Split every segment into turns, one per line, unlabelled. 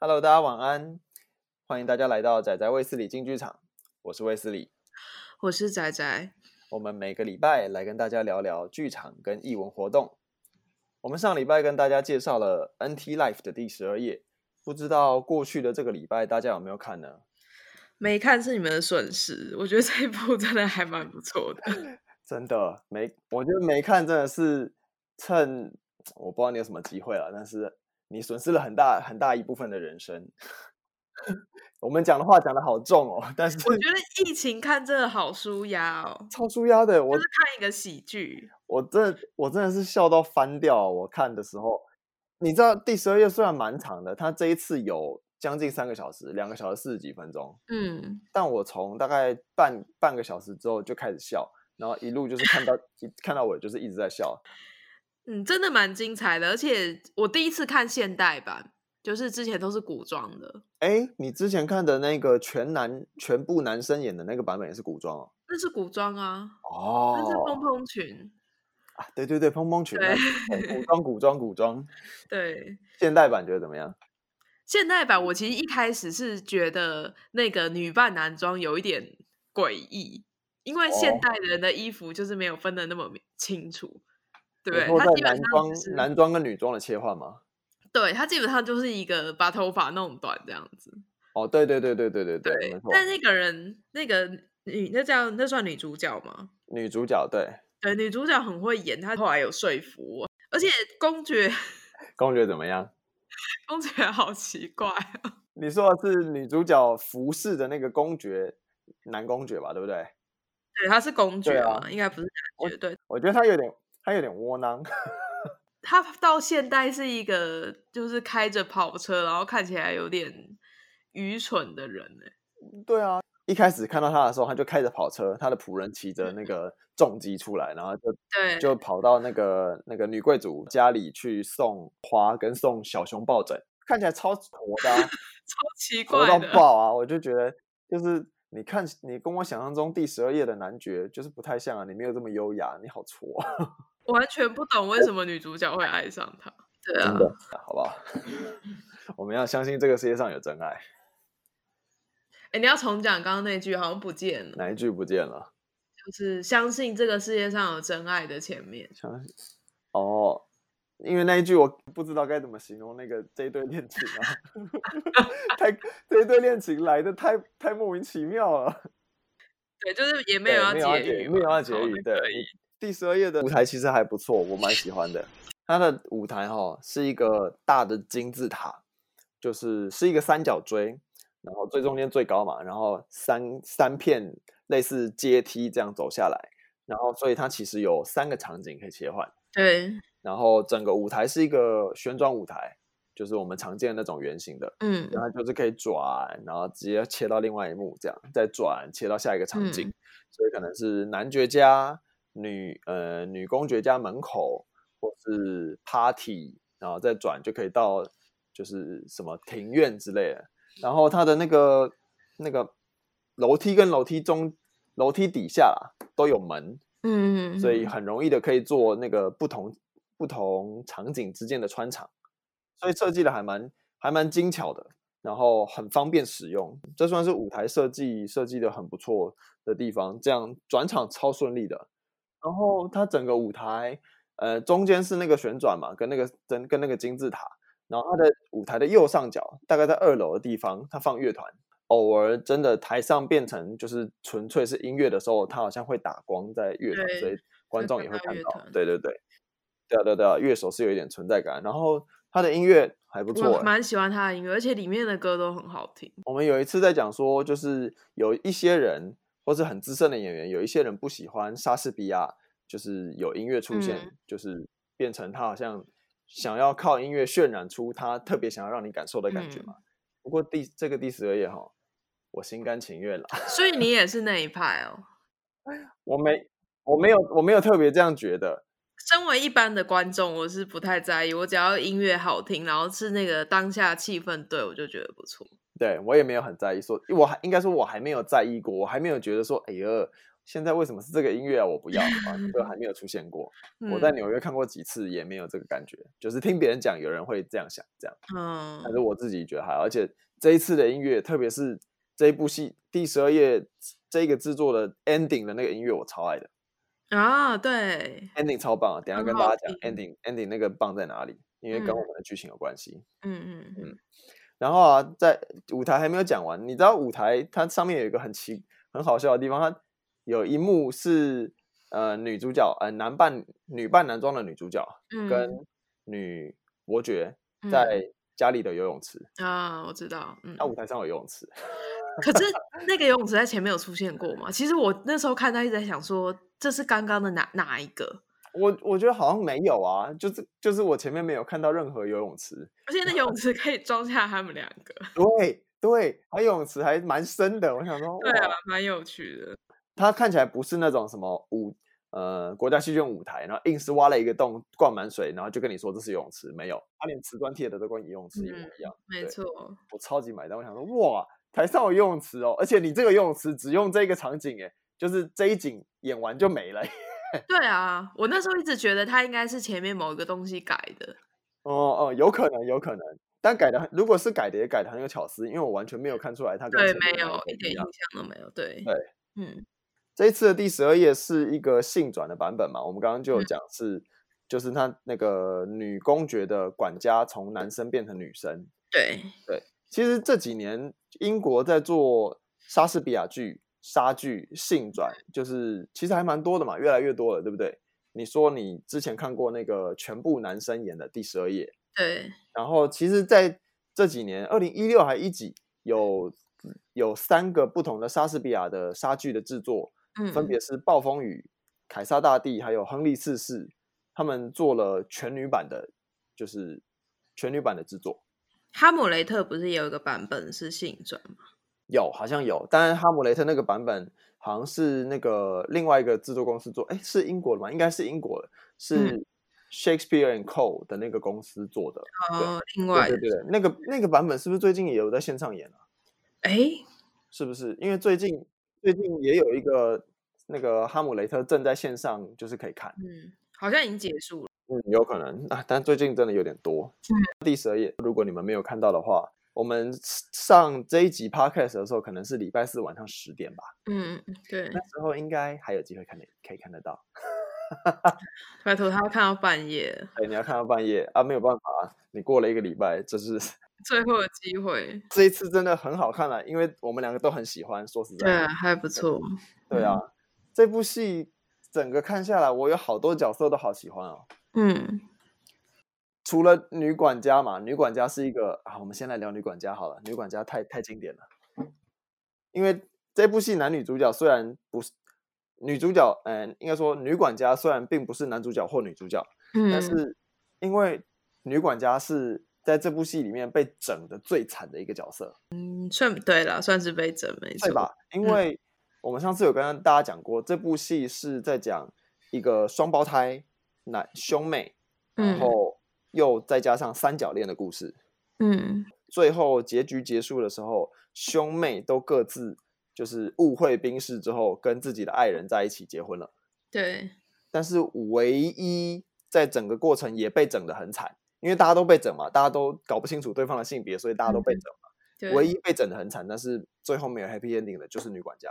Hello，大家晚安，欢迎大家来到仔仔卫斯理竞剧场，我是卫斯理。
我是仔仔，
我们每个礼拜来跟大家聊聊剧场跟艺文活动。我们上礼拜跟大家介绍了 NT Life 的第十二页，不知道过去的这个礼拜大家有没有看呢？
没看是你们的损失。我觉得这一部真的还蛮不错的。
真的没，我觉得没看真的是趁我不知道你有什么机会了，但是你损失了很大很大一部分的人生。 我们讲的话讲的好重哦，但是
我觉得疫情看这个好舒压哦，
超舒压的，我
就是看一个喜剧，
我真的我真的是笑到翻掉啊。我看的时候，你知道第十二页虽然蛮长的，它这一次有将近三个小时，两个小时四十几分钟，
嗯，
但我从大概半半个小时之后就开始笑，然后一路就是看到一看到我就是一直在笑。
嗯，真的蛮精彩的。而且我第一次看现代版，就是之前都是古装的，
哎，你之前看的那个全男全部男生演的那个版本也是古装哦。
那是古装啊，那是蓬
哦，
蓬裙，
啊，对对对，蓬蓬裙那
对
是，对古装古装古装，
对。
现代版觉得怎么样？
现代版我其实一开始是觉得那个女扮男装有一点诡异，因为
哦
现代人的衣服就是没有分的那么明清楚， 对不
你说
对？它
在
基本
男
上
装
就是
男装跟女装的切换吗？
对，它基本上就是一个把头发弄短这样子。
哦，对对对对对对对，没
对
错，，
但那个人那个女那叫那算女主角吗？
女主角对
对，女主角很会演，她后来有说服我，而且公爵
公爵怎么样？
公爵好奇怪哦，
你说的是女主角服侍的那个公爵，男公爵吧，对不对？
对，他是公爵
对啊
嘛，应该不是男爵，对，
我觉得他有点，他有点窝囊，
他到现代是一个就是开着跑车，然后看起来有点愚蠢的人欸呢。
对啊。一开始看到他的时候，他就开着跑车，他的仆人骑着那个重机出来，然后就
对，
就跑到那个那个女贵族家里去送花跟送小熊抱枕，看起来超活 的、啊，
超奇
活
怪
到
的。
爆啊！我就觉得，就是你看，你跟我想象中第十二页的男爵就是不太像啊，你没有这么优雅，你好挫、啊，
我完全不懂为什么女主角会爱上他。对啊
真，的，好不好？ 我们要相信这个世界上有真爱。
哎，你要重讲刚刚那句，好像不见了，
哪一句不见了？
就是相信这个世界上有真爱的前面。
相信哦，因为那一句我不知道该怎么形容那个这一对恋情啊， 太这一对恋情来的太太莫名其妙了。
对，就是也没
对
有
没有要
解
没有
嘛
要解
好
语。
那
对
可以，
第十二页的舞台其实还不错，我蛮喜欢的。它的舞台哈、是一个大的金字塔，就是是一个三角锥，然后最中间最高嘛，然后三三片类似阶梯这样走下来，然后所以它其实有三个场景可以切换。
对，
然后整个舞台是一个旋转舞台，就是我们常见的那种圆形的，
嗯，
然后它就是可以转，然后直接切到另外一幕，这样再转切到下一个场景，
嗯
所以可能是男爵家、女呃女公爵家门口，或是 party，然后再转就可以到就是什么庭院之类的。然后它的那个那个楼梯跟楼梯中楼梯底下啦都有门，
嗯，
所以很容易的可以做那个不同不同场景之间的穿插，所以设计的还蛮还蛮精巧的，然后很方便使用，这算是舞台设计设计的很不错的地方。这样转场超顺利的，然后它整个舞台，呃，中间是那个旋转嘛，跟那个跟跟那个金字塔，然后它的舞台的右上角，大概在二楼的地方，它放乐团。偶尔真的台上变成就是纯粹是音乐的时候，它好像会打光在乐团，所
对
以观
会
众
看
也会
到
看
乐
到。
团
对对对，对啊对啊对啊，乐手是有一点存在感。然后他的音乐还不错
我
欸。
蛮喜欢他的音乐，而且里面的歌都很好听。
我们有一次在讲说，就是有一些人或是很资深的演员，有一些人不喜欢莎士比亚，就是有音乐出现，
嗯
就是变成他好像想要靠音乐渲染出他特别想要让你感受的感觉嘛。
嗯
不过第这个第十二页哈，我心甘情愿了。
所以你也是那一派哦。
我没我没有我没有特别这样觉得，
身为一般的观众，我是不太在意，我只要音乐好听，然后是那个当下气氛对，我就觉得不错。
对我也没有很在意说，我还应该说我还没有在意过，我还没有觉得说，哎呀，现在为什么是这个音乐啊？我不要啊，这个还没有出现 过。我在
嗯
纽约看过几次，也没有这个感觉，就是听别人讲，有人会这样想，这样。
嗯
但是我自己觉得还好，而且这一次的音乐，特别是这一部戏第十二页这个制作的 ending 的那个音乐，我超爱的
啊，对，
，ending 超棒啊！等一下
很
跟
好
大家讲 ending
听
ending 那个棒在哪里，因为跟我
嗯
们的剧情有关系。
嗯嗯
然后啊，在舞台还没有讲完，你知道舞台它上面有一个很奇很好笑的地方，它有一幕是呃女主角呃男扮女扮男装的女主角
嗯，
跟女伯爵
嗯
在家里的游泳池，
啊，我知道，嗯
那、，舞台上有游泳池，
可是那个游泳池在前面有出现过吗？其实我那时候看到一直在想说，这是刚刚的哪哪一个？
我我觉得好像没有啊，就是就是我前面没有看到任何游泳池，
而且那游泳池可以装下他们两 个，
对对，它游泳池还蛮深的，我想说，
对啊
哇，，
蛮有趣的。
它看起来不是那种什么舞呃国家戏剧院舞台，然后硬是挖了一个洞灌满水，然后就跟你说这是游泳池，没有，它连瓷砖贴的都跟游泳池一模
嗯
一样，
没
对
错，
我超级买单，我想说哇，台上有游泳池哦，而且你这个游泳池只用这个场景，哎，就是这一景演完就没了，
对啊，我那时候一直觉得它应该是前面某一个东西改的，
哦哦，有可能，有可能。但改的，如果是改的，也改的很有巧思，因为我完全没有看出来它跟
对，
前
没
面那
有
个
一
不
点
一
印
样。
象都没有，对，
对，
嗯
这一次的第十二页是一个性转的版本嘛？我们刚刚就有讲是，就是他那个女公爵的管家从男生变成女生。
对，
其实这几年英国在做莎士比亚剧、莎剧性转，就是其实还蛮多的嘛，越来越多了，对不对？你说你之前看过那个全部男生演的第十二页，
对，
然后其实在这几年，二零一六还一几有有三个不同的莎士比亚的莎剧的制作，
嗯，
分别是《暴风雨》《凯撒大帝》还有《亨利四世》，他们做了全女版的，就是全女版的制作。
哈姆雷特不是也有一个版本是性转吗？
有，好像有，但哈姆雷特那个版本好像是那个另外一个制作公司做，哎，是英国的吗？应该是英国
嗯
的，是 Shakespeare and Co 的那个公司做的。
哦，另
对
外
对，对，对那个那个版本是不是最近也有在线上演啊？
哎，
是不是？因为最近最近也有一个那个哈姆雷特正在线上，就是可以看。
嗯，好像已经结束了，
嗯，有可能啊，但最近真的有点多。
嗯
第十二页，如果你们没有看到的话，我们上这一集 podcast 的时候，可能是礼拜四晚上十点吧，
嗯，对，
那时候应该还有机会看得可以看得到。
拜托他要看到半夜了，
哎，你要看到半夜啊，没有办法，你过了一个礼拜，就是
最后的机会，
这一次真的很好看了、因为我们两个都很喜欢。说实在
对
的，
啊，嗯还不错，
对啊，这部戏整个看下来，我有好多角色都好喜欢哦。
嗯，
除了女管家嘛，女管家是一个啊，我们先来聊女管家好了。女管家太太经典了，因为这部戏男女主角虽然不是女主角，嗯、应该说女管家虽然并不是男主角或女主角，但
嗯，
是因为女管家是在这部戏里面被整的最惨的一个角色，
嗯算对了，算是被整没错
对，吧？因
嗯
为我们上次有跟大家讲过，这部戏是在讲一个双胞胎男兄妹，然
嗯
后又再加上三角恋的故事。
嗯
最后结局结束的时候，兄妹都各自就是误会兵事之后，跟自己的爱人在一起结婚了。
对，
但是唯一在整个过程也被整得很惨，因为大家都被整嘛，大家都搞不清楚对方的性别，所以大家都被
嗯
整嘛。
对
唯一被整得很惨，但是最后没有 happy ending 的就是女管家。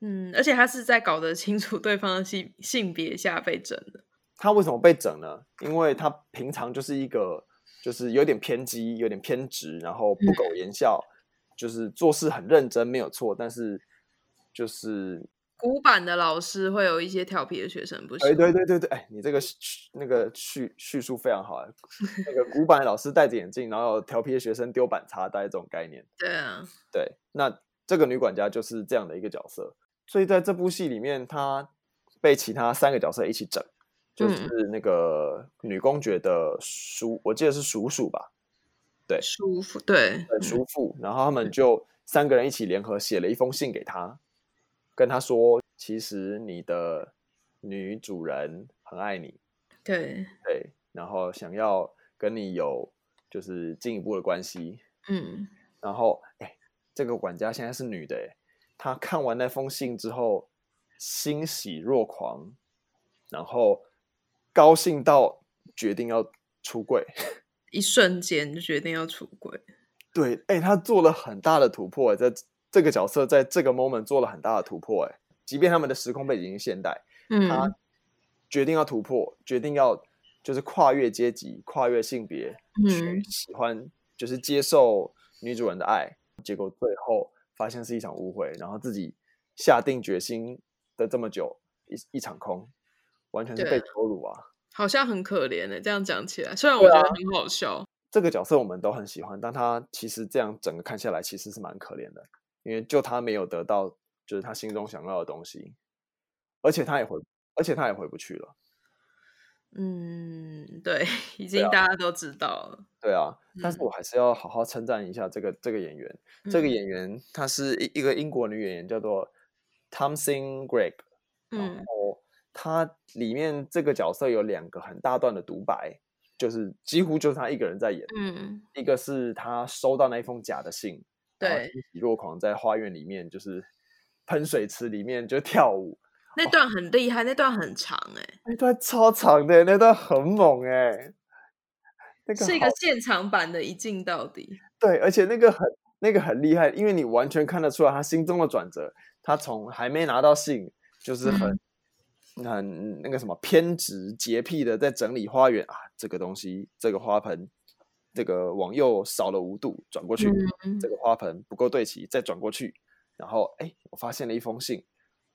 嗯，而且他是在搞得清楚对方的性性别下被整的，
她为什么被整呢？因为她平常就是一个就是有点偏激、有点偏执，然后
嗯
不苟言笑，就是做事很认真没有错，但是就是
古板的老师会有一些调皮的学生不
哎，
行，
对对对对，哎，你这个叙那个叙叙述非常好，哎那个古板老师戴着眼镜，然后调皮的学生丢板擦，大概这种概念。
对啊，
对，那这个女管家就是这样的一个角色，所以在这部戏里面，她被其他三个角色一起整，就是那个女公爵的叔，我记得是叔叔吧，对
舒服，对，
呃叔父，然后他们就三个人一起联合写了一封信给她，跟她说，其实你的女主人很爱你。
对，
对，然后想要跟你有就是进一步的关系，
嗯，
然后哎，这个管家现在是女的哎，她看完那封信之后，欣喜若狂，然后高兴到决定要出柜。
一瞬间就决定要出轨，
对，哎、他做了很大的突破、在这个角色在这个 moment 做了很大的突破、哎，即便他们的时空背景是现代，他
嗯，
决定要突破，决定要就是跨越阶级、跨越性别，去
嗯
喜欢，就是接受女主人的爱。结果最后发现是一场误会，然后自己下定决心的这么久，一一场空，完全是被
对
羞辱啊！
好像很可怜欸的、这样讲起来，虽然我觉得很好笑，
这个角色我们都很喜欢，但他其实这样整个看下来，其实是蛮可怜的，因为就他没有得到就是他心中想要的东西，而且他也回，而且他也回不去了。
嗯，对，已经
啊
大家都知道了，
对啊，但是
嗯
我还是要好好称赞一下这个这个演员。这个
嗯
演员她是一一个英国女演员，叫做 Thompson Greg。然
嗯
后她里面这个角色有两个很大段的独白，就是几乎就是她一个人在演。
嗯，
一个是她收到那一封假的信，然后
对
欣喜若狂在花园里面就是喷水池里面就跳舞，
那段很厉害，那段很长、欸，
那段超长的，那段很猛哎、那个
是一个
好
现场版的一镜到底，
对，而且那个很那个很厉害，因为你完全看得出来他心中的转折。他从还没拿到信，就是很、很那个什么偏执洁癖的在整理花园啊，这个东西，这个花盆，这个往右少了五度，转过去，
嗯
这个花盆不够对齐，再转过去，然后哎，我发现了一封信，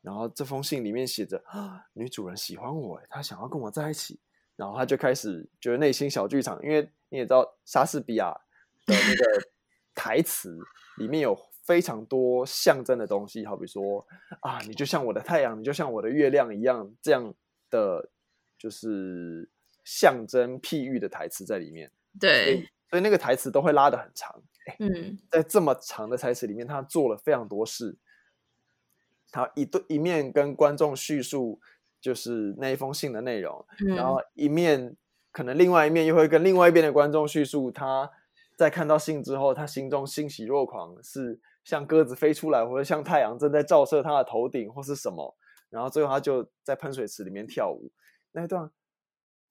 然后这封信里面写着啊，女主人喜欢我，她想要跟我在一起，然后他就开始就是内心小剧场，因为你也知道莎士比亚的那个台词里面有非常多象征的东西，好比说啊，你就像我的太阳，你就像我的月亮一样，这样的就是象征譬喻的台词在里面，所以
对，
所以那个台词都会拉得很长。
嗯
在这么长的台词里面，他做了非常多事。他一对一面跟观众叙述就是那一封信的内容，
嗯，
然后一面可能另外一面又会跟另外一边的观众叙述他在看到信之后，他心中欣喜若狂，是像鸽子飞出来，或者像太阳正在照射他的头顶，或是什么。然后最后他就在喷水池里面跳舞，那一段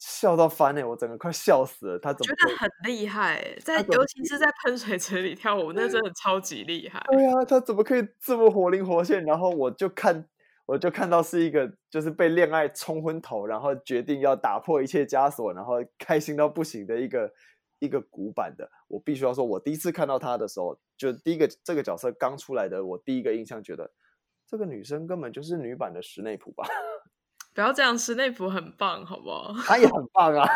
笑到翻哎、我整个快笑死了。他怎
觉
么
得
会
很厉害欸，在
他怎么嗯
尤其是在喷水池里跳舞，那真的超级厉害。
对啊，他怎么可以这么活灵活现？然后我就看，我就看到是一个就是被恋爱冲昏头，然后决定要打破一切枷锁，然后开心到不行的一个一个古板的。我必须要说，我第一次看到他的时候，就第一个这个角色刚出来的，我第一个印象觉得这个女生根本就是女版的史内普吧，
不要这样，史内普很棒，好不好？
她也很棒啊，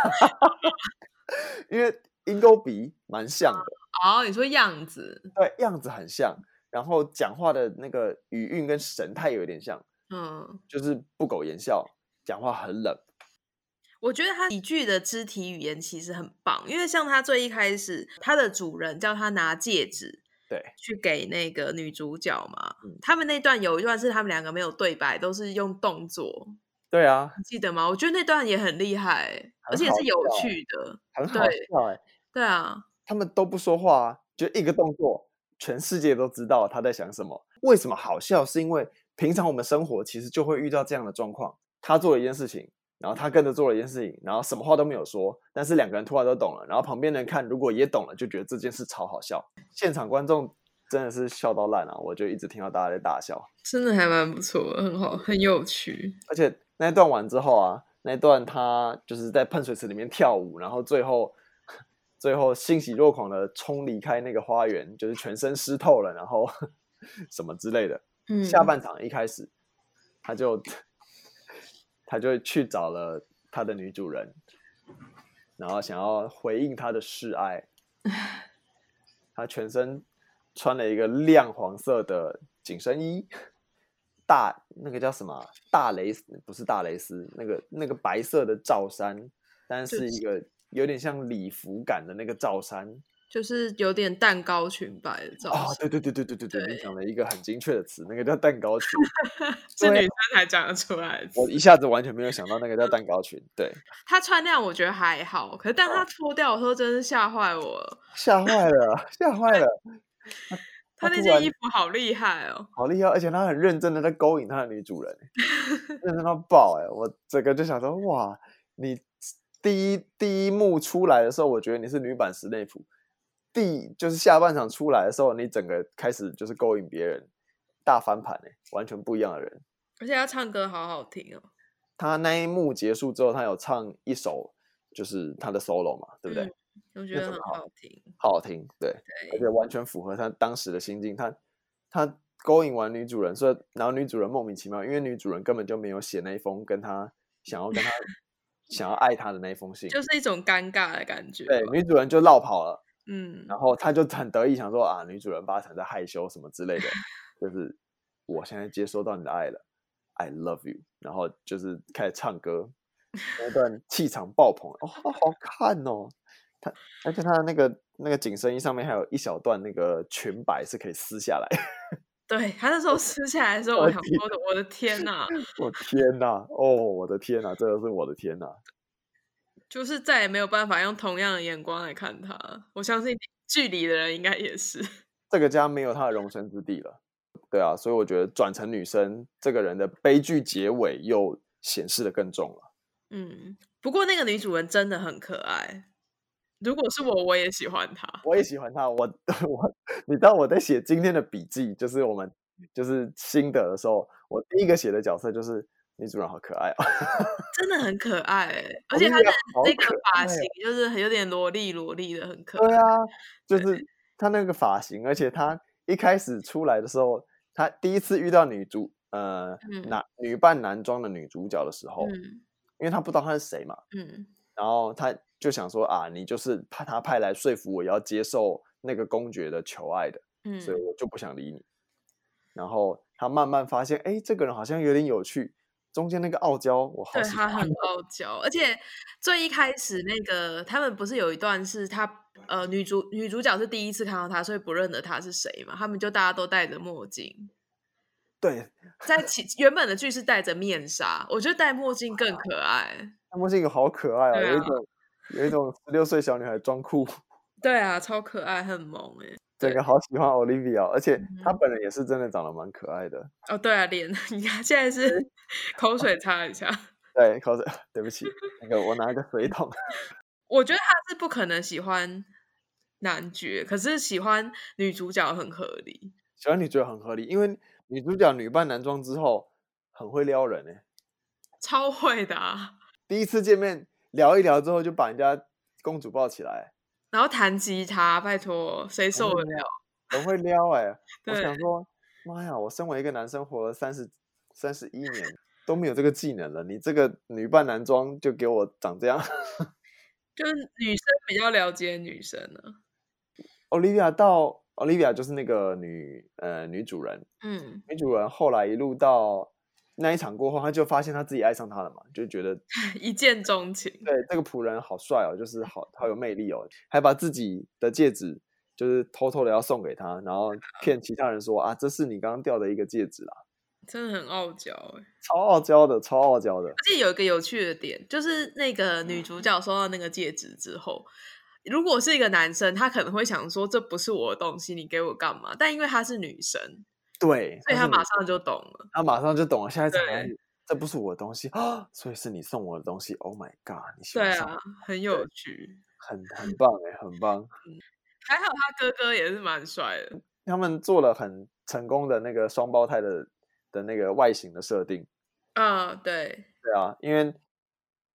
因为鹰钩鼻蛮像的。
哦，你说样子，
对，样子很像，然后讲话的那个语韵跟神态有点像，
嗯，
就是不苟言笑，讲话很冷。
我觉得他喜剧的肢体语言其实很棒，因为像他最一开始，他的主人叫他拿戒指
对，
去给那个女主角嘛，
嗯
他们那段有一段是他们两个没有对白，都是用动作，
对啊，
你记得吗？我觉得那段也很厉害欸，而
很
且
好
是有
笑
趣的，
很好
对
笑哎、
对啊，
他们都不说话、啊，就一个动作，全世界都知道他在想什么。为什么好笑？是因为平常我们生活其实就会遇到这样的状况，他做了一件事情。然后他跟着做了一件事情，然后什么话都没有说，但是两个人突然都懂了，然后旁边的人看如果也懂了，就觉得这件事超好笑。现场观众真的是笑到烂啊！我就一直听到大家在大笑。
真的还蛮不错的，很好，很有趣。
而且那一段完之后啊，那一段他就是在喷水池里面跳舞，然后最后 最后欣喜若狂的冲离开那个花园，就是全身湿透了，然后 什么之类的。
嗯，
下半场一开始，他就他就去找了他的女主人，然后想要回应她的示 爱。他全身穿了一个亮黄色的紧身衣，大那个叫什么啊大蕾丝不是大蕾丝，那个那个白色的罩衫，但
就是
一个有点像礼服感的那个罩衫，
就是有点蛋糕裙摆的造
啊、对
型，
对对对对对对，你讲了一个很精确的词，那个叫蛋糕裙。
是
对
女生才讲得出来的词。
我一下子完全没有想到那个叫蛋糕裙， 对，
她穿那样我觉得还好，可是当她脱掉的时候，真是吓坏我了。
吓坏了，吓坏了。
他那
突
件
然
衣服好厉害哦，
好厉害，而且他很认真的在勾引他的女主人欸，认真到爆哎、我整个就想说，哇，你第一第一幕出来的时候，我觉得你是女版史内普；第就是下半场出来的时候，你整个开始就是勾引别人，大翻盘哎、完全不一样的人。
而且他唱歌好好听哦。
他那一幕结束之后，他有唱一首就是他的 solo 嘛，对不对？
嗯我觉
那
得
真
很
的
好听，
好好听，对。而
对
且完全符合他当时的心境。他他勾引完女主人，所以然后女主人莫名其妙，因为女主人根本就没有写那一封跟他想要跟他想要爱他的那一封信，
就是一种尴尬的感觉吧。
对，女主人就绕跑了。
嗯，
然后他就很得意，想说啊，女主人八成在害羞什么之类的，就是我现在接收到你的爱了，I love you，然后就是开始唱歌，那段气场爆棚，哦，好好看哦。他而且他的那个那个紧身衣上面还有一小段那个裙摆是可以撕下来，
对他那时候撕下来的时候，
我
我想
记
说的，我的天呐，
我天呐，哦，我的天呐，这个是我的天呐，
就是再也没有办法用同样的眼光来看他。我相信距离的人应该也是。
这个家没有他的容身之地了。对啊，所以我觉得转成女生这个人的悲剧结尾又显示的更重了。
嗯，不过那个女主人真的很可爱。如果是我，我也喜欢她。
我也喜欢他。我 我，你知道我在写今天的笔记，就是我们
嗯
就是心得的时候，我第一个写的角色就是女主人好可爱哦，
真的很可爱欸、而
我
且
就
她
觉
的
得好
那个
可
发
爱哦
型就是很有点萝莉萝莉的，很可
对
爱。
啊，就是她那个发型，而且她一开始出来的时候，她第一次遇到女主呃
嗯
男女扮男装的女主角的时候，
嗯
因为她不知道她是谁嘛，
嗯
然后她就想说啊，你就是怕她派来说服我要接受那个公爵的求爱的。
嗯，
所以我就不想理你。然后他慢慢发现，哎，这个人好像有点有趣。中间那个傲娇，我好
对
喜
他
欢。
很傲娇，而且最一开始那个他们不是有一段是他呃女主女主角是第一次看到他，所以不认得他是谁嘛，他们就大家都戴着墨镜，
对，
在其原本的剧是戴着面纱，我觉得戴墨镜更可爱。
他墨镜好可爱啊，
对
有一
啊
种有一种十六岁小女孩装酷，
对啊，超可爱，很萌哎、
整
对
个好喜欢 Olivia，而哦且她
嗯
本人也是真的长得蛮可爱的。
哦，对啊，脸， 你看现在是口水擦一下。
对，口水，对不起，那个我拿一个水桶。
我觉得他是不可能喜欢男爵，可是喜欢女主角很合理。
喜欢女主角很合理，因为女主角女扮男装之后很会撩人哎、
超会的、啊，
第一次见面聊一聊之后就把人家公主抱起来，
然后弹吉他，拜托，谁受得了？
很会撩哎、哦我
对
想说，妈呀！我身为一个男生，活了三十三十一年都没有这个技能了，你这个女扮男装就给我长这样。
就是女生比较了解女生啊呢、
Olivia 到 Olivia 就是那个女呃女主人，
嗯，
女主人后来一路到那一场过后，她就发现她自己爱上他了嘛，就觉得
一见钟情。
对这个仆人好帅哦，就是好好有魅力哦，还把自己的戒指就是偷偷的要送给他，然后骗其他人说啊，这是你刚刚掉的一个戒指啦，
真的很傲娇欸
超傲娇的，超傲娇的
而。且有一个有趣的点，就是那个女主角收到那个戒指之后，如果是一个男生，他可能会想说这不是我的东西，你给我干嘛？但因为她是女生，
对，
所以
她
她
是
马上就懂了。
他马上就懂了，下一场来
对
你这不是我的东西啊，所以是你送我的东西。Oh my god！你喜
对
欢上
啊，很有趣。
很很棒哎、很棒。
还好他哥哥也是蛮帅的，
他们做了很成功的那个双胞胎的的那个外形的设定。
啊、对，
嗯对啊，因为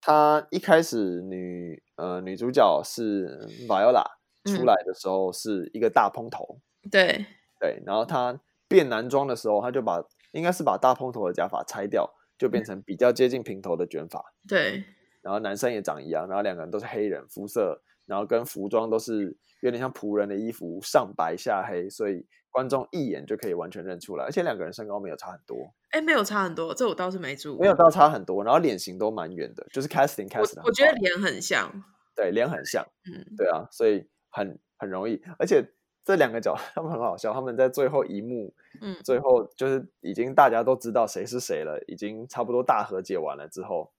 他一开始女呃女主角是 Viola 出
嗯
来的时候是一个大蓬头，
对，
对，然后她变男装的时候，她就把应该是把大蓬头的假发拆掉，就变成比较接近平头的卷发。
对，
然后男生也长一样，然后两个人都是黑人肤色，然后跟服装都是有点像仆人的衣服，上白下黑，所以观众一眼就可以完全认出来，而且两个人身高没有差很多，
哎，没有差很多，这我倒是没注意。
没有到差很多，然后脸型都蛮圆的，就是 casting
我
cast 的，
我觉得脸很像，
对脸很像，
嗯，
对啊，所以很很容易，而且这两个角 他们很好笑，他们在最后一幕，
嗯
最后就是已经大家都知道谁是谁了，已经差不多大和解完了之后，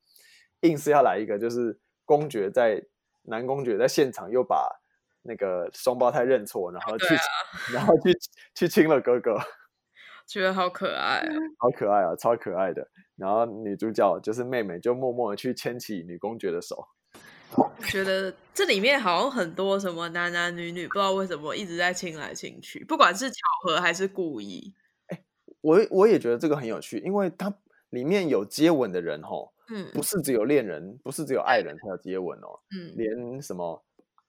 硬是要来一个就是公爵在男公爵在现场又把那个双胞胎认错，然后
哦对啊
去，然后去去亲了哥哥，
觉得好可爱哦、
好可爱啊，超可爱的。然后女主角就是妹妹，就默默的去牵起女公爵的手。
啊觉得这里面好像很多什么男男女女，不知道为什么一直在亲来亲去，不管是巧合还是故意。
我我也觉得这个很有趣，因为它里面有接吻的人吼，
嗯
不是只有恋人，不是只有爱人才有接吻哦，
嗯，
连什么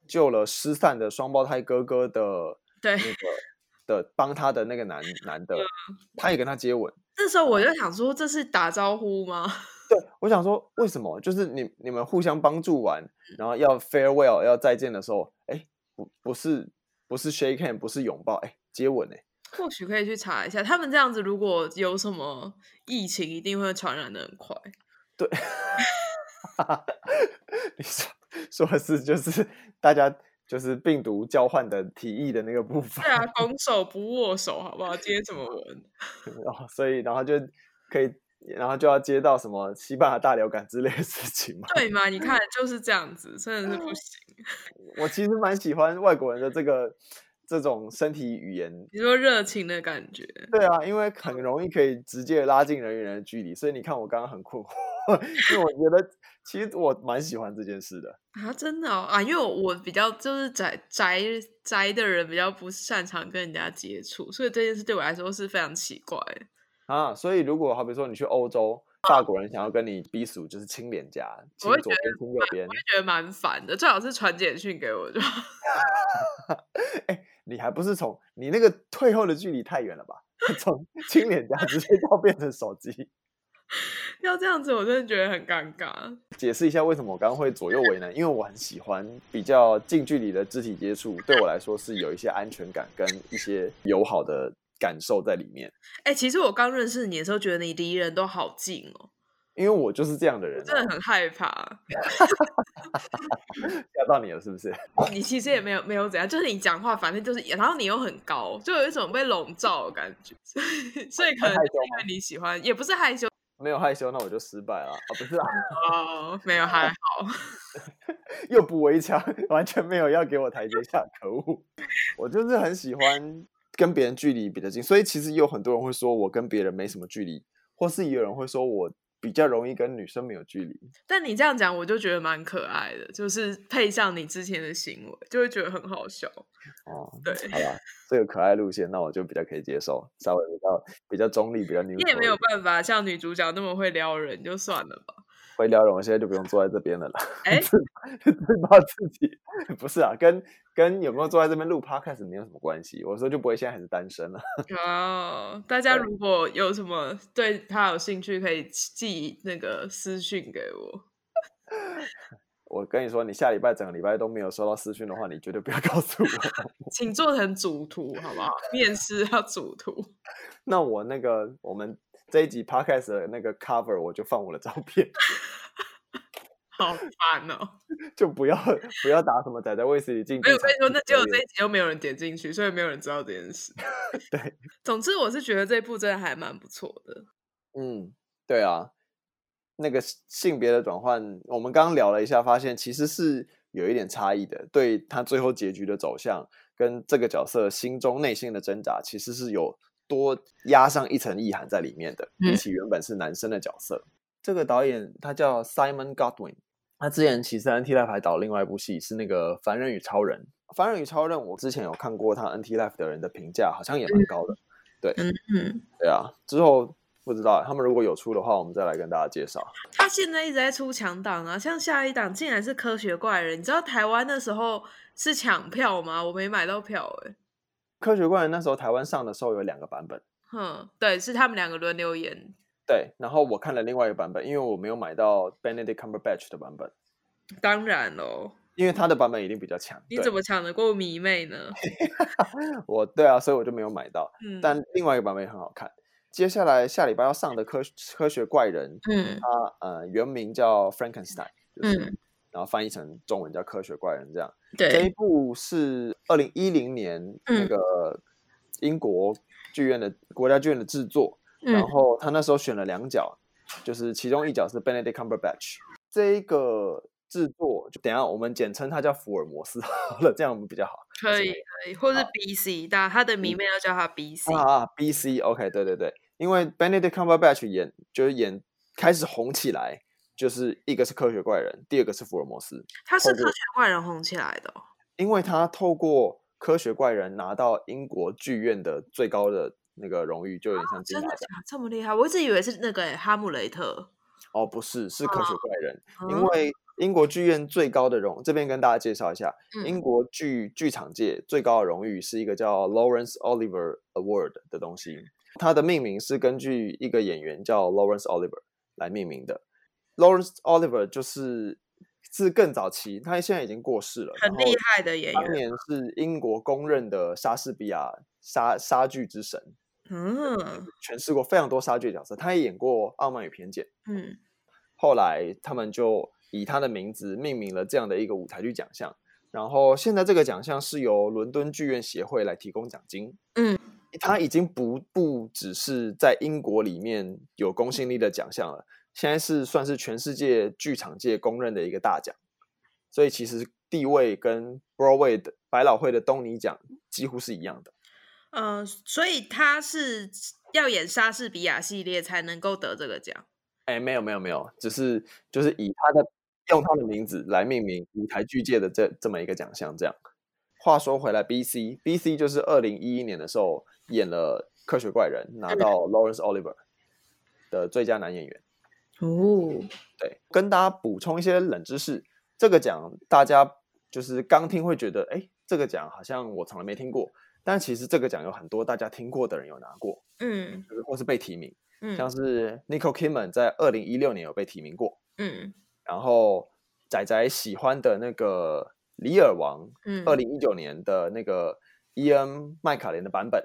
救了失散的双胞胎哥哥的
对
那。个的帮他的那个男男的，他也跟他接吻。
那时候我就想说，这是打招呼吗？
我想说，为什么？就是你你们互相帮助完，然后要 farewell 要再见的时候，哎，不不是不是 shake hand，不是拥抱，哎，接吻哎。
或许可以去查一下，他们这样子如果有什么疫情，一定会传染的很快。
你说说的是就是大家就是病毒交换的体液的那个部分
对，啊，拱手不握手，好不好？今天怎么闻？
然后所以然后就可以，然后就要接到什么西班牙大流感之类的事情嘛。
对嘛？你看就是这样子，真的是不行。
我其实蛮喜欢外国人的这个这种身体语言。
你说热情的感觉，
对啊，因为很容易可以直接拉近人与人的距离，所以你看我刚刚很困惑， 因为我觉得其实我蛮喜欢这件事的。
啊，真的哦啊，因为我我比较就是宅宅宅的人，比较不擅长跟人家接触，所以这件事对我来说是非常奇怪的。
啊，所以如果好比说你去欧洲，法国人想要跟你避暑，就是亲脸颊，亲
我会
左边亲右边
我，就觉得蛮烦的，最好是传简讯给我就好。
你还不是从你那个退后的距离太远了吧？ 从亲脸颊直接到变成手机，
要这样子，我真的觉得很尴尬。
解释一下为什么我刚刚会左右为难，因为我很喜欢比较近距离的肢体接触，对我来说是有一些安全感跟一些友好的感受在里面，
哎、其实我刚认识你的时候，觉得你离人都好近哦，
因为我就是这样的人、
真
啊，
的很害怕。
吓到你了是不 是？
你其实也没有没有怎样，就是你讲话，反正就是，然后你又很高，就有一种被笼罩的感觉，所以所以可
害
能就是
羞
因为你喜欢，也不是害羞
没有害羞，那我就失败了啊！不是啊，
哦，没有还好。
又补我一枪，完全没有要给我台阶下，可恶！我就是很喜欢跟别人距离比较近，所以其实有很多人会说我跟别人没什么距离，或是有人会说我比较容易跟女生没有距离。
但你这样讲，我就觉得蛮可爱的，就是配上你之前的行为，就会觉得很好笑。
哦，
对，
好吧，这个可爱路线，那我就比较可以接受，稍微比较比较中立，比较 n e
你也没有办法像女主角那么会撩人，就算了 吧。
会撩人，我现在就不用坐在这边了啦。
哎
自自暴自弃，不是啊，跟跟有没有坐在这边录 podcast 没有什么关系。我说就不会现在还是单身了。
哦，大家如果有什么对她有兴趣，可以寄那个私讯给我。
我跟你说，你下礼拜整个礼拜都没有收到私讯的话，你绝对不要 告诉我。
请做成主图 好不好？面试要主图，
那我那个我们这一集 podcast 的那个 cover 我就放我的照片，
好烦哦！
就不要不要打什么仔仔卫视里进。
没有，我跟你说，那结果这一集又没有人点进去，所以没有人知道这件事。
对，
总之我是觉得这部真的还蛮不错的。
嗯，对啊，那个性性别的转换，我们刚刚聊了一下，发现其实是有一点差异的。对他最后结局的走向，跟这个角色心中内心的挣扎，其实是有多压上一层意涵在里面的。比
嗯
起原本是男生的角色，这个导演他叫 Simon Godwin，他之前其实 NT Life 还导另外一部戏是那个《凡人与超人》。《凡人与超人》，我之前有看过他 NT Life 的人的评价，好像也蛮高的。
嗯，
对啊，之后不知道他们如果有出的话，我们再来跟大家介绍。
他现在一直在出强档啊，像下一档竟然是科学怪人，你知道台湾那时候是抢票吗？我没买到票哎、
科学怪人那时候台湾上的时候有两个版本，
哼，对，是他们两个轮流演，
对，然后我看了另外一个版本，因为我没有买到 Benedict Cumberbatch 的版本，
当然喽，
因为他的版本一定比较强。
你
对
怎么抢得过迷 妹呢？
我对啊，所以我就没有买到，
嗯，
但另外一个版本也很好看。接下来下礼拜要上的科科学怪人，
嗯
他呃原名叫 Frankenstein，就是、
嗯
然后翻译成中文叫科学怪人这样。这一
对，
部是二零一零年那
嗯
个英国剧院的、国家剧院的制作，然
嗯
后他那时候选了两角，就是其中一角是 Benedict Cumberbatch。这一个制作，就等一下我们简称它叫福尔摩斯好了，这样我们比较好。
可以可以，或是 B C，但他的迷妹要叫他 B C，
嗯啊，B C OK，对对对，因为 Benedict Cumberbatch 演就是演开始红起来，就是一个是科学怪人，第二个是福尔摩斯，
他是
透
科
过
学怪人红起来的哦、
因为他透过科学怪人拿到英国剧院的最高的那个荣誉，就有点像金
啊真
马
的
奖
假。的？这么厉害？我一直以为是那个诶哈姆雷特，
哦，不是，是科学怪人，因
嗯
为英国剧院最高的荣，这边跟大家介绍一下，英
嗯
国剧剧场界最高的荣誉是一个叫 Lawrence Oliver Award 的东西，它的命名是根据一个演员叫 Lawrence Oliver 来命名的。Lawrence Oliver 就是是更早期，他现在已经过世了，
很
然
厉
后
害的演
当
员，
年是英国公认的莎士比亚莎莎剧之神，
嗯
诠释过非常多莎剧的角色，他也演过《傲慢与偏见》。
嗯，
后来他们就以他的名字命名了这样的一个舞台剧奖项。然后现在这个奖项是由伦敦剧院协会来提供奖金。
嗯，
它已经不不只是在英国里面有公信力的奖项了，现在是算是全世界剧场界公认的一个大奖。所以其实地位跟 Broadway 的百老汇的东尼奖几乎是一样的。
呃，所以他是要演莎士比亚系列才能够得这个奖。
哎，没有没有没有，只是就是以他的用他的名字来命名舞台剧界的这这么一个奖项。这样，话说回来，B C B C 就是二零一一年的时候演了《科学怪人》，拿
嗯
到 Lawrence Oliver 的最佳男演员。
哦，
对，跟大家补充一些冷知识，这个奖大家就是刚听会觉得，哎，这个奖好像我从来没听过，但其实这个奖有很多大家听过的人有拿过，
嗯
就是或是被提名，像
嗯
是 Nicole Kidman 在二零一六年有被提名过。
嗯
然后仔仔喜欢的那个《李尔王》，
嗯，
二零一九年的那个伊恩麦卡莲的版本，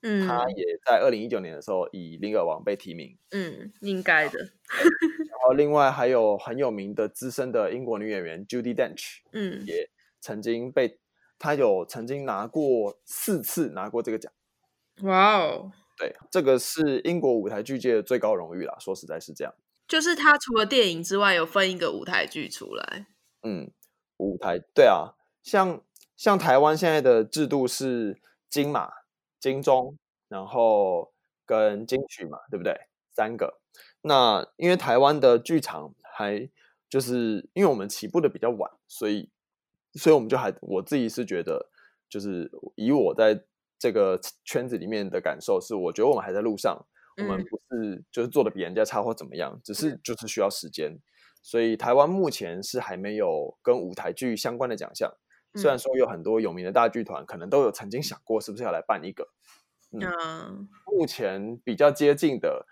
嗯
他也在二零一九年的时候以《李尔王》被提名。
嗯，应该的，
然后另外还有很有名的资深的英国女演员 Judy Dench，
嗯
曾经被她有曾经拿过四次拿过这个奖。
哇哦，
对，这个是英国舞台剧界的最高荣誉啦。说实在是这样，
就是他除了电影之外，有分一个舞台剧出来。
嗯，舞台对啊，像像台湾现在的制度是金马、金钟，然后跟金曲嘛，对不对？三个。那因为台湾的剧场还就是因为我们起步的比较晚，所以所以我们就还我自己是觉得，就是以我在这个圈子里面的感受是，我觉得我们还在路上，我们
嗯
不是就是做的比人家差或怎么样，只是就是需要时间。所以台湾目前是还没有跟舞台剧相关的奖项，虽然
嗯
说有很多有名的大剧团可能都有曾经想过是不是要来办一个，
嗯
目前比较接近的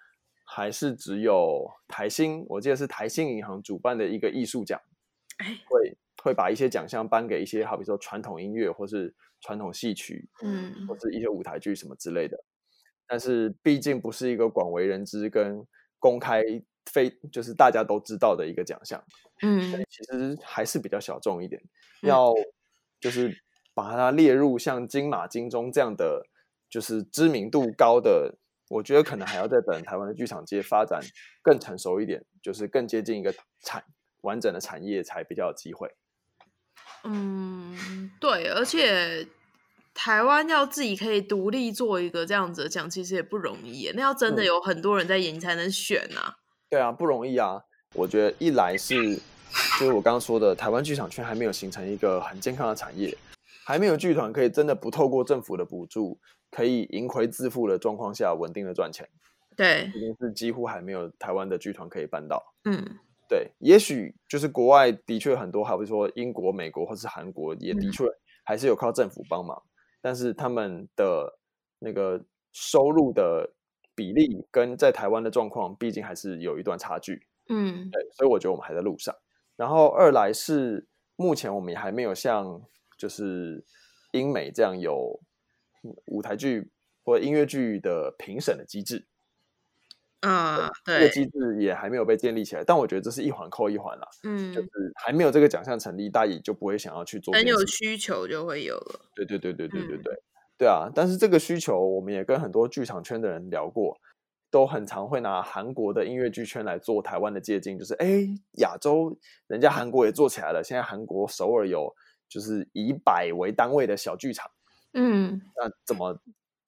还是只有台新，我记得是台新银行主办的一个艺术奖，
哎
会会把一些奖项颁给一些好比说传统音乐或是传统戏曲，
嗯
或是一些舞台剧什么之类的。但是毕竟不是一个广为人知跟公开非就是大家都知道的一个奖项，所以
嗯
其实还是比较小众一点。
嗯
要就是把它列入像金马、金钟这样的，就是知名度高的，我觉得可能还要再等台湾的剧场界发展更成熟一点，就是更接近一个产完整的产业才比较有机会。
嗯，对，而且台湾要自己可以独立做一个这样子的奖，其实也不容易耶。那要真的
嗯
有很多人在演，你才能选啊。
对啊，不容易啊。我觉得一来是，就是我刚刚说的，台湾剧场圈还没有形成一个很健康的产业，还没有剧团可以真的不透过政府的补助，可以盈亏自负的状况下稳定的赚钱，
对，
已经是几乎还没有台湾的剧团可以办到。
嗯
对，也许就是国外的确很多，好比说英国、美国或是韩国，也的
嗯
确还是有靠政府帮忙，但是他们的那个收入的比例跟在台湾的状况，毕竟还是有一段差距。
嗯
对，所以我觉得我们还在路上。然后二来是目前我们也还没有像就是英美这样有舞台剧或音乐剧的评审的机制，
啊，
这个
对，
机制也还没有被建立起来。但我觉得这是一环扣一环啦，就
嗯
是，还没有这个奖项成立，大家也就不会想要去做这
很
件事
有
情。
需求就会有了。
对对对对对对
嗯
对，对啊！但是这个需求，我们也跟很多剧场圈的人聊过，都很常会拿韩国的音乐剧圈来做台湾的借鉴，就是哎，亚洲人家韩国也做起来了，现在韩国首尔有就是以百为单位的小剧场，
嗯，
那怎么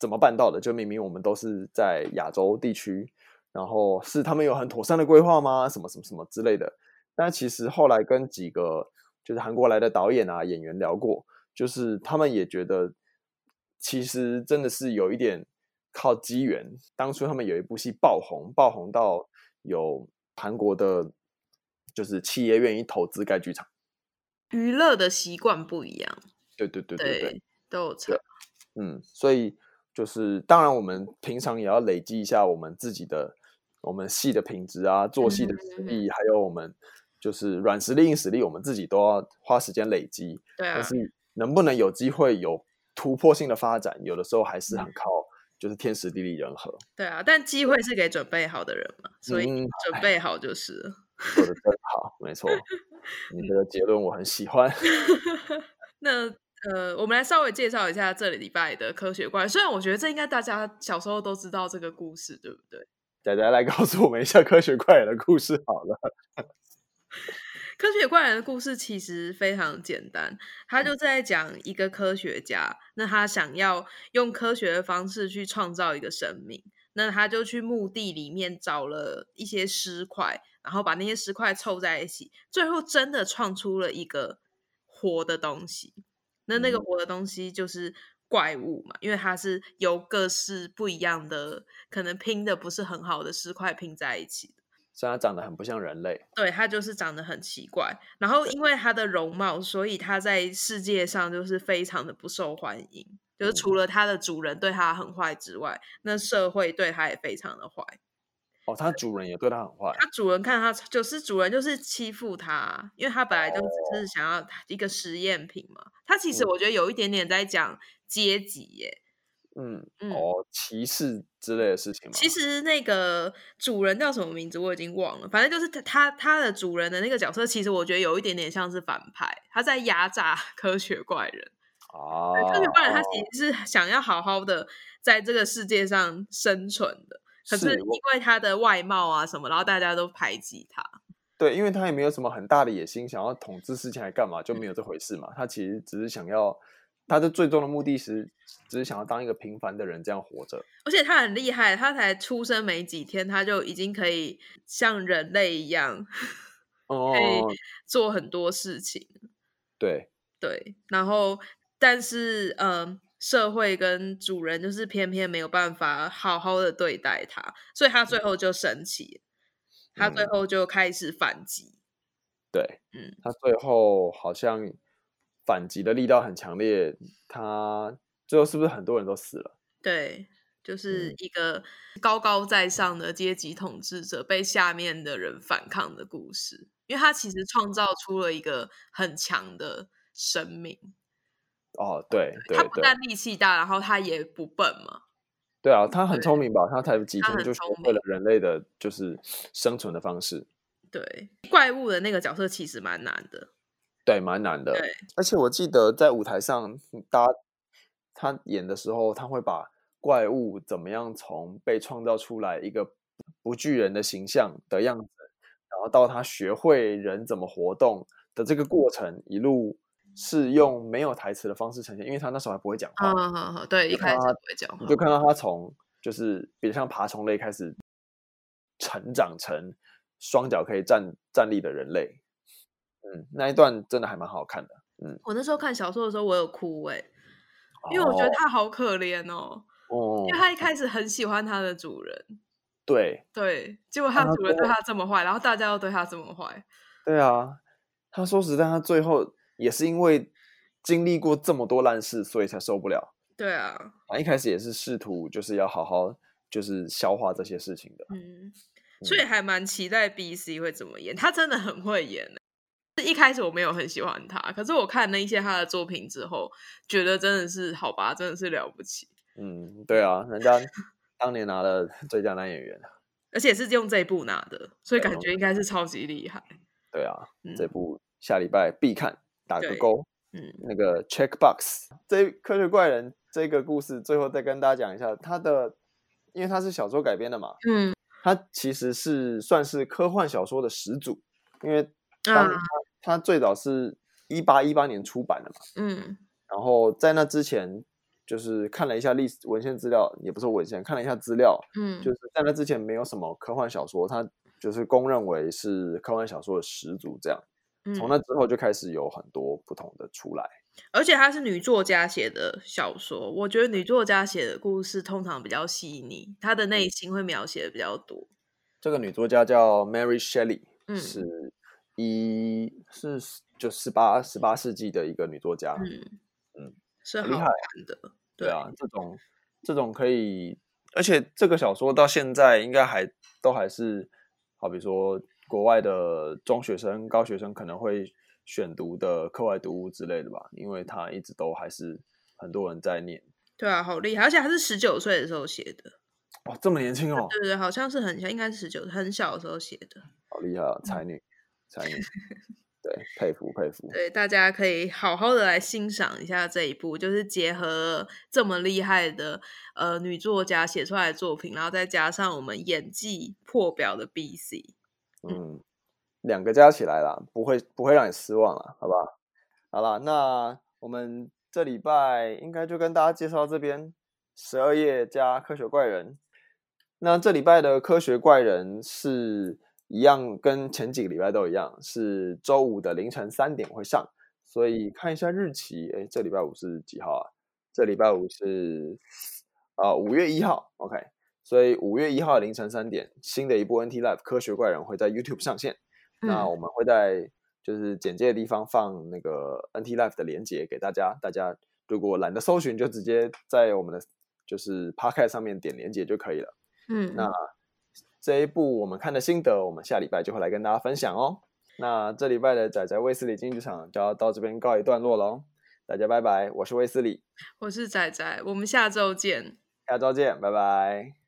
怎么办到的？就明明我们都是在亚洲地区，然后是他们有很妥善的规划吗？什么什么什么之类的。但其实后来跟几个就是韩国来的导演啊、演员聊过，就是他们也觉得，其实真的是有一点靠机缘。当初他们有一部戏爆红，爆红到有韩国的，就是企业愿意投资该剧场。
娱乐的习惯不一样，
对对对对对。
对，都有差。
嗯，所以就是当然，我们平常也要累积一下我们自己的我们戏的品质啊，做戏的实
嗯嗯嗯
力，还有我们就是软实力、硬实力，我们自己都要花时间累积。
对啊
但，是能不能有机会有突破性的发展，有的时候还是
嗯
很靠就是天时地利人和。
对啊，但机会是给准备好的人嘛，所以
嗯
准备好就是了。
做的真好，没 错，你这个结论我很喜欢。
那呃，我们来稍微介绍一下这礼拜的科学观。虽然我觉得这应该大家小时候都知道这个故事，对不对？
仔仔来告诉我们一下科学怪人的故事好了。
科学怪人的故事其实非常简单，他就在讲一个科学家，那他想要用科学的方式去创造一个生命，那他就去墓地里面找了一些尸块，然后把那些尸块凑在一起，最后真的创出了一个活的东西。那那个
嗯
活的东西就是怪物嘛，因为它是由各式不一样的，可能拼的不是很好的尸块拼在一起的。
虽然它长得很不像人类，
对，它就是长得很奇怪，然后因为它的容貌，所以它在世界上就是非常的不受欢迎。就是
嗯
除了它的主人对它很坏之外，那社会对它也非常的坏。
哦，它主人也对它很坏。
他主人看他就是主人就是欺负他，因为他本来就只是想要一个实验品嘛。他其实
哦嗯
我觉得有一点点在讲阶级耶。
嗯，
嗯，
哦，歧视之类的事情吗？
其实那个主人叫什么名字我已经忘了，反正就是他他他的主人的那个角色，其实我觉得有一点点像是反派，他在压榨 科学怪人。
啊，
对科学怪人他其实是想要好好的在这个世界上生存的，可是
是
因
我
为他的外貌啊什么，然后大家都排挤他。
对，因为他也没有什么很大的野心，想要统治世界还干嘛，
嗯
就没有这回事嘛。他其实只是想要，他的最终的目的是，只是想要当一个平凡的人这样活着。
而且他很厉害，他才出生没几天，他就已经可以像人类一样
哦，
做很多事情。
对，
对，然后但是嗯、呃社会跟主人就是偏偏没有办法好好的对待他，所以他最后就生气，他最
嗯
后就开始反击。
对，
嗯，
他最后好像反击的力道很强烈，他最后是不是很多人都死了？
对，就是
嗯
一个高高在上的阶级统治者被下面的人反抗的故事，因为他其实创造出了一个很强的生命。
哦，对对
他不
对，
但力气大，然后他也不笨嘛。
对啊，他很
对
聪明吧？他才几
他
天
很
就学
聪
会
明
了人类的就是生存的方式。
对，怪物的那个角色其实蛮难的。
对，蛮难的。
对，
而且我记得在舞台上，大家他演的时候，他会把怪物怎么样从被创造出来一个不具人的形象的样子，然后到他学会人怎么活动的这个过程，一路是用没有台词的方式呈现，因为他那时候还不会讲话，
嗯，好好，对，一
就
开始
他
不会讲
你
话
啊就。看到他从就是比如像爬虫类开始成长成双脚可以站站立的人类。嗯，那一段真的还蛮好看的。
我那时候看小说的时候，我有哭哎、因为我觉得
哦
他好可怜哦，
哦
因为，他一开始很喜欢他的主人，
对
对，结果他
啊
主人对
对
他这么坏，然后大家又对他这么坏，
对啊，他说实在，他最后也是因为经历过这么多烂事，所以才受不了。
对啊，
他一开始也是试图就是要好好就是消化这些事情的。
嗯，所以还蛮期待 B C 会怎么演，他真的很会演欸、一开始我没有很喜欢他，可是我看了一些他的作品之后，觉得真的是好吧，真的是了不起，
嗯，对啊，人家当年拿了 最佳男演员。
而且是用这一部拿的，所以
对
感
用
觉应该是超级厉害。
对啊，这
嗯
部下礼拜必看，打个
对
勾。
嗯，
那个 check box。这《科学怪人》这个故事，最后再跟大家讲一下，它的因为它是小说改编的嘛，
嗯
它其实是算是科幻小说的始祖，因为当
啊
它它最早是一八一八年出版的嘛，
嗯
然后在那之前就是看了一下历史文献资料，也不是文献，看了一下资料，
嗯，
就是在那之前没有什么科幻小说，它就是公认为是科幻小说的始祖这样。从
嗯
那之后就开始有很多不同的出来，
而且她是女作家写的小说，我觉得女作家写的故事通常比较细腻，她的
嗯
内心会描写的比较多。
这个女作家叫 Mary Shelley，、
嗯
是一是就十八十八世纪的一个女作家。
嗯
嗯
是
很厉
好
害
看的，
对啊，这种这种可以，而且这个小说到现在应该还都还是，好比说国外的中学生、高学生可能会选读的课外读物之类的吧，因为它一直都还是很多人在念。
对啊，好厉害！而且她是十九岁的时候写的，
哇，这么年轻哦，
对对，好像是很小，应该是十九，很小的时候写的。
好厉害啊，才女， 才女，对，佩服佩服。
对，大家可以好好的来欣赏一下这一部，就是结合这么厉害的呃女作家写出来的作品，然后再加上我们演技破表的 B C。
嗯，两个加起来啦，不会不会让你失望啦，好吧？好啦，那我们这礼拜应该就跟大家介绍到这边，十二夜加科学怪人。那这礼拜的科学怪人是一样，跟前几个礼拜都一样，是周五的凌晨三点会上，所以看一下日期，哎，这礼拜五是几号啊？这礼拜五是啊五、月一号，OK。所以五月一号凌晨三点，新的一部 NT Live 科学怪人会在 YouTube 上线。那
嗯
我们会在就是简介的地方放那个 NT Live 的连接给大家，大家如果懒得搜寻，就直接在我们的就是 Podcast 上面点连接就可以了。
嗯，
那这一部我们看的心得，我们下礼拜就会来跟大家分享哦。那这礼拜的仔仔卫斯理竞技场就要到这边告一段落喽，大家拜拜，我是卫斯理，
我是仔仔，我们下周见。
下周见，拜拜。